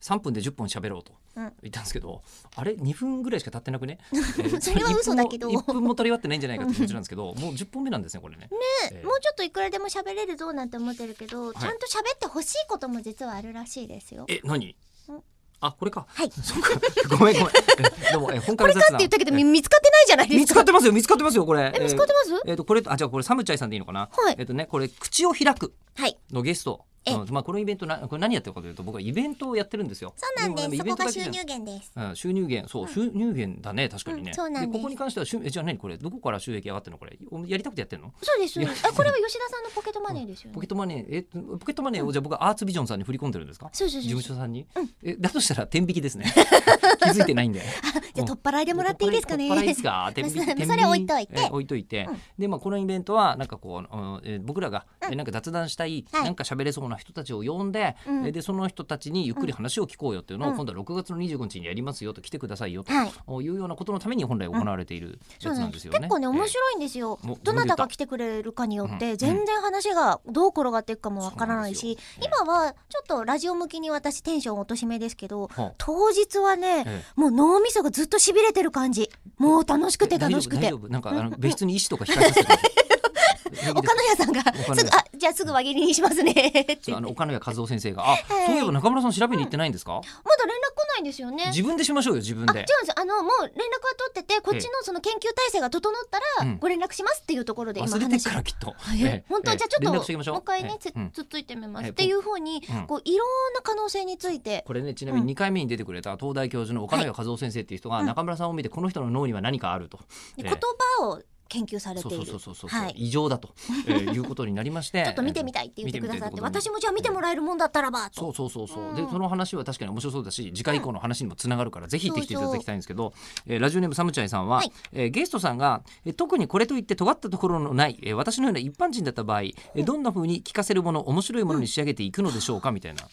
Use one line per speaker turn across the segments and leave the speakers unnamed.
3分で10分喋ろうと
うん
言ったんですけど、あれ2分ぐらいしか経ってな くね、え
それは嘘だけど
1分も1分も足り終わってないんじゃないかって気持ちなんですけどもう10本目なんですねこれね。えー
もうちょっといくらでも喋れるぞなんて思ってるけど、
い
ちゃんと喋ってほしいことも実はあるらしいですよ。
え何あこれか、
はい
そうかごめんごめんえどうもえ本
こ
格
れか
雑
って
談
言ったけど
え
み見つかってないじゃないで
見
す
つか
か
っ。てますよ見つかってますよこれ
え見つかってます
えーえーとこれあじゃあこれサムチャイさんでいいのかな、
はい
えっとねこれ口を開く
はい。
のゲスト
え
うんまあこのイベントなこれ何やってるかというと僕はイベントをやってるんですよ
そうなんです。
もね
そ
イベ
こ
ント
が
だけ
収
じゃ
入
ない
源です。
うん収入源そう、収入源だね確かにね、
うんそうなんです
ここに関しては収えじゃあ何これどこから収益上がってるのこれおやりたくてやってるの
そうです。そうですあこれは吉田さんのポケットマネーですよ
ポケ
ね
ッ。トマネーえっとポケットマネーをじゃあ僕はアーツビジョンさんに振り込んでるんですか
そうそう
事
そう
務
そう。
所さんに、えだとしたら天引きですね 気づいてないんで
じゃあ取っ払いでもらっていいですかね。
取っ払いですか。天
まあ
秤
それ置いといて
えー置いといて
うん。
でまあこのイベントはなんかこうあのえー僕らがえーなんか雑談したい、
はい
なんか喋れそうな人たちを呼んで、
うん
えーでその人たちにゆっくり話を聞こうよっていうの
う
を
ん
今度は6月の25日にやりますよと来てくださいよと
はい。
いうようなことのために本来行われている
そ
や
う
つ
な
なんん
で
ですすよね。
結構ね面白いんですよ
えーお。
ど
ど
なた
う出
が
た
来てくれるかによっ
う
て
ん
全然話がどう転がっていくかもわからないし、
そうなんですよ
今はちょっとラジオ向きに私テンション落としめですけど
えーはあ
当日はね、
え
もう脳みそがずっとしびれてる感じもう楽しくて
え大丈
楽
夫
しくて
大丈夫なんかあの別室に医師とか控えさせて平気で す
岡野屋さんが
岡野
す
屋
ぐあじゃあすぐ輪切りにしますねって
そう
まだ
あの岡野谷和夫先生があ、そういえば中村さん調べに行ってないんですか、
連絡来ないんですよね
自分でしましょうよ自分
あ違う
で
んですあのもう連絡は取っててこっちのその研究体制が整った
う
ら
ん
ご連絡しますっていうところで今
忘れてっ
話
からきっと、
え
ええ
本当
え
は
え
じゃあちょっと
連絡していきましょう
もう一回ねつ,、
ええうん
つっついてみま
え
す
え
っていうふうに、
うん
こういろんな可能性について
これねちなみ
うん
に2回目に出てくれた東大教授の岡野谷和夫先生っていう人が
うん
中村さんを見てこの人の脳には何かあると、ええ
で言葉を研究され
そう
て
そ
いう
そ
る
うそうそう、
はい
異常だと、ええいうことになりまして
ちょっと見てみたいって言ってくださって
見てみたいってことに
私もじゃあ見てもらえるもんだったらばと
そうそうそうそう、
うん
でその話は確かに面白そうだし次回以降の話にもつながるから、ぜひ行ってきていただきたいんですけど、えーラジオネームサムチャイさんは、
はい
えーゲストさんが、えー特にこれといって尖ったところのない、えー私のような一般人だった場合、えーどんな風に聞かせるもの面白いものに仕上げていくのでしょうか、みたいな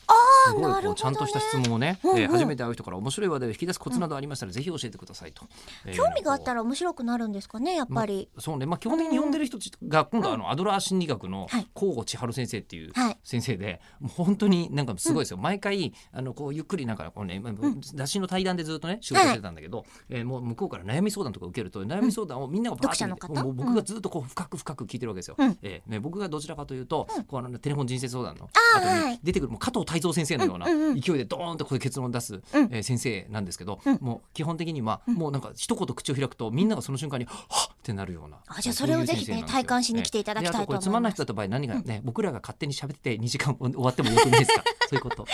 すごい
なるほ
こう
どね
ちゃんとした質問をね、
うんうん
えー初めて会う人から面白い話題を引き出すコツなどありましたら、ぜひ教えてくださいと。
興味があった
ら
ら面白くなるんですかねやっぱり、
そうねまあ、基本的に読んでる人たちが今度はあのアドラー心理学の
はい
甲賀千春先生っていう
はい
先生で、もう本当になんかすごいですよ、毎回あのこうゆっくりなんかこうね、まあ雑誌の対談でずっとね仕事してたんだけど、えーもう向こうから悩み相談とか受けると悩み相談をみんながバーッと見て
読者の方
もう僕がずっとこう深く深く聞いてるわけですよ。
うん
えーね、僕がどちらかというと、こうあのテレフォン人生相談の
あー
後
は
に
い
出てくるもう加藤泰造先生のような
うんうんうん
勢いでドーンとこういう結論を出す、
ん
えー先生なんですけど、
うん
もう基本的には、もうなんか一言口を開くとみんながその瞬間に「はっ!」ってなるような
あじゃあそれをぜひね
そういう先生なんですよ
体感しに来ていただきたいと思います
であこれつまんない人だった場合何がね、僕らが勝手に喋ってて2時間終わってもよくないですか そういうこと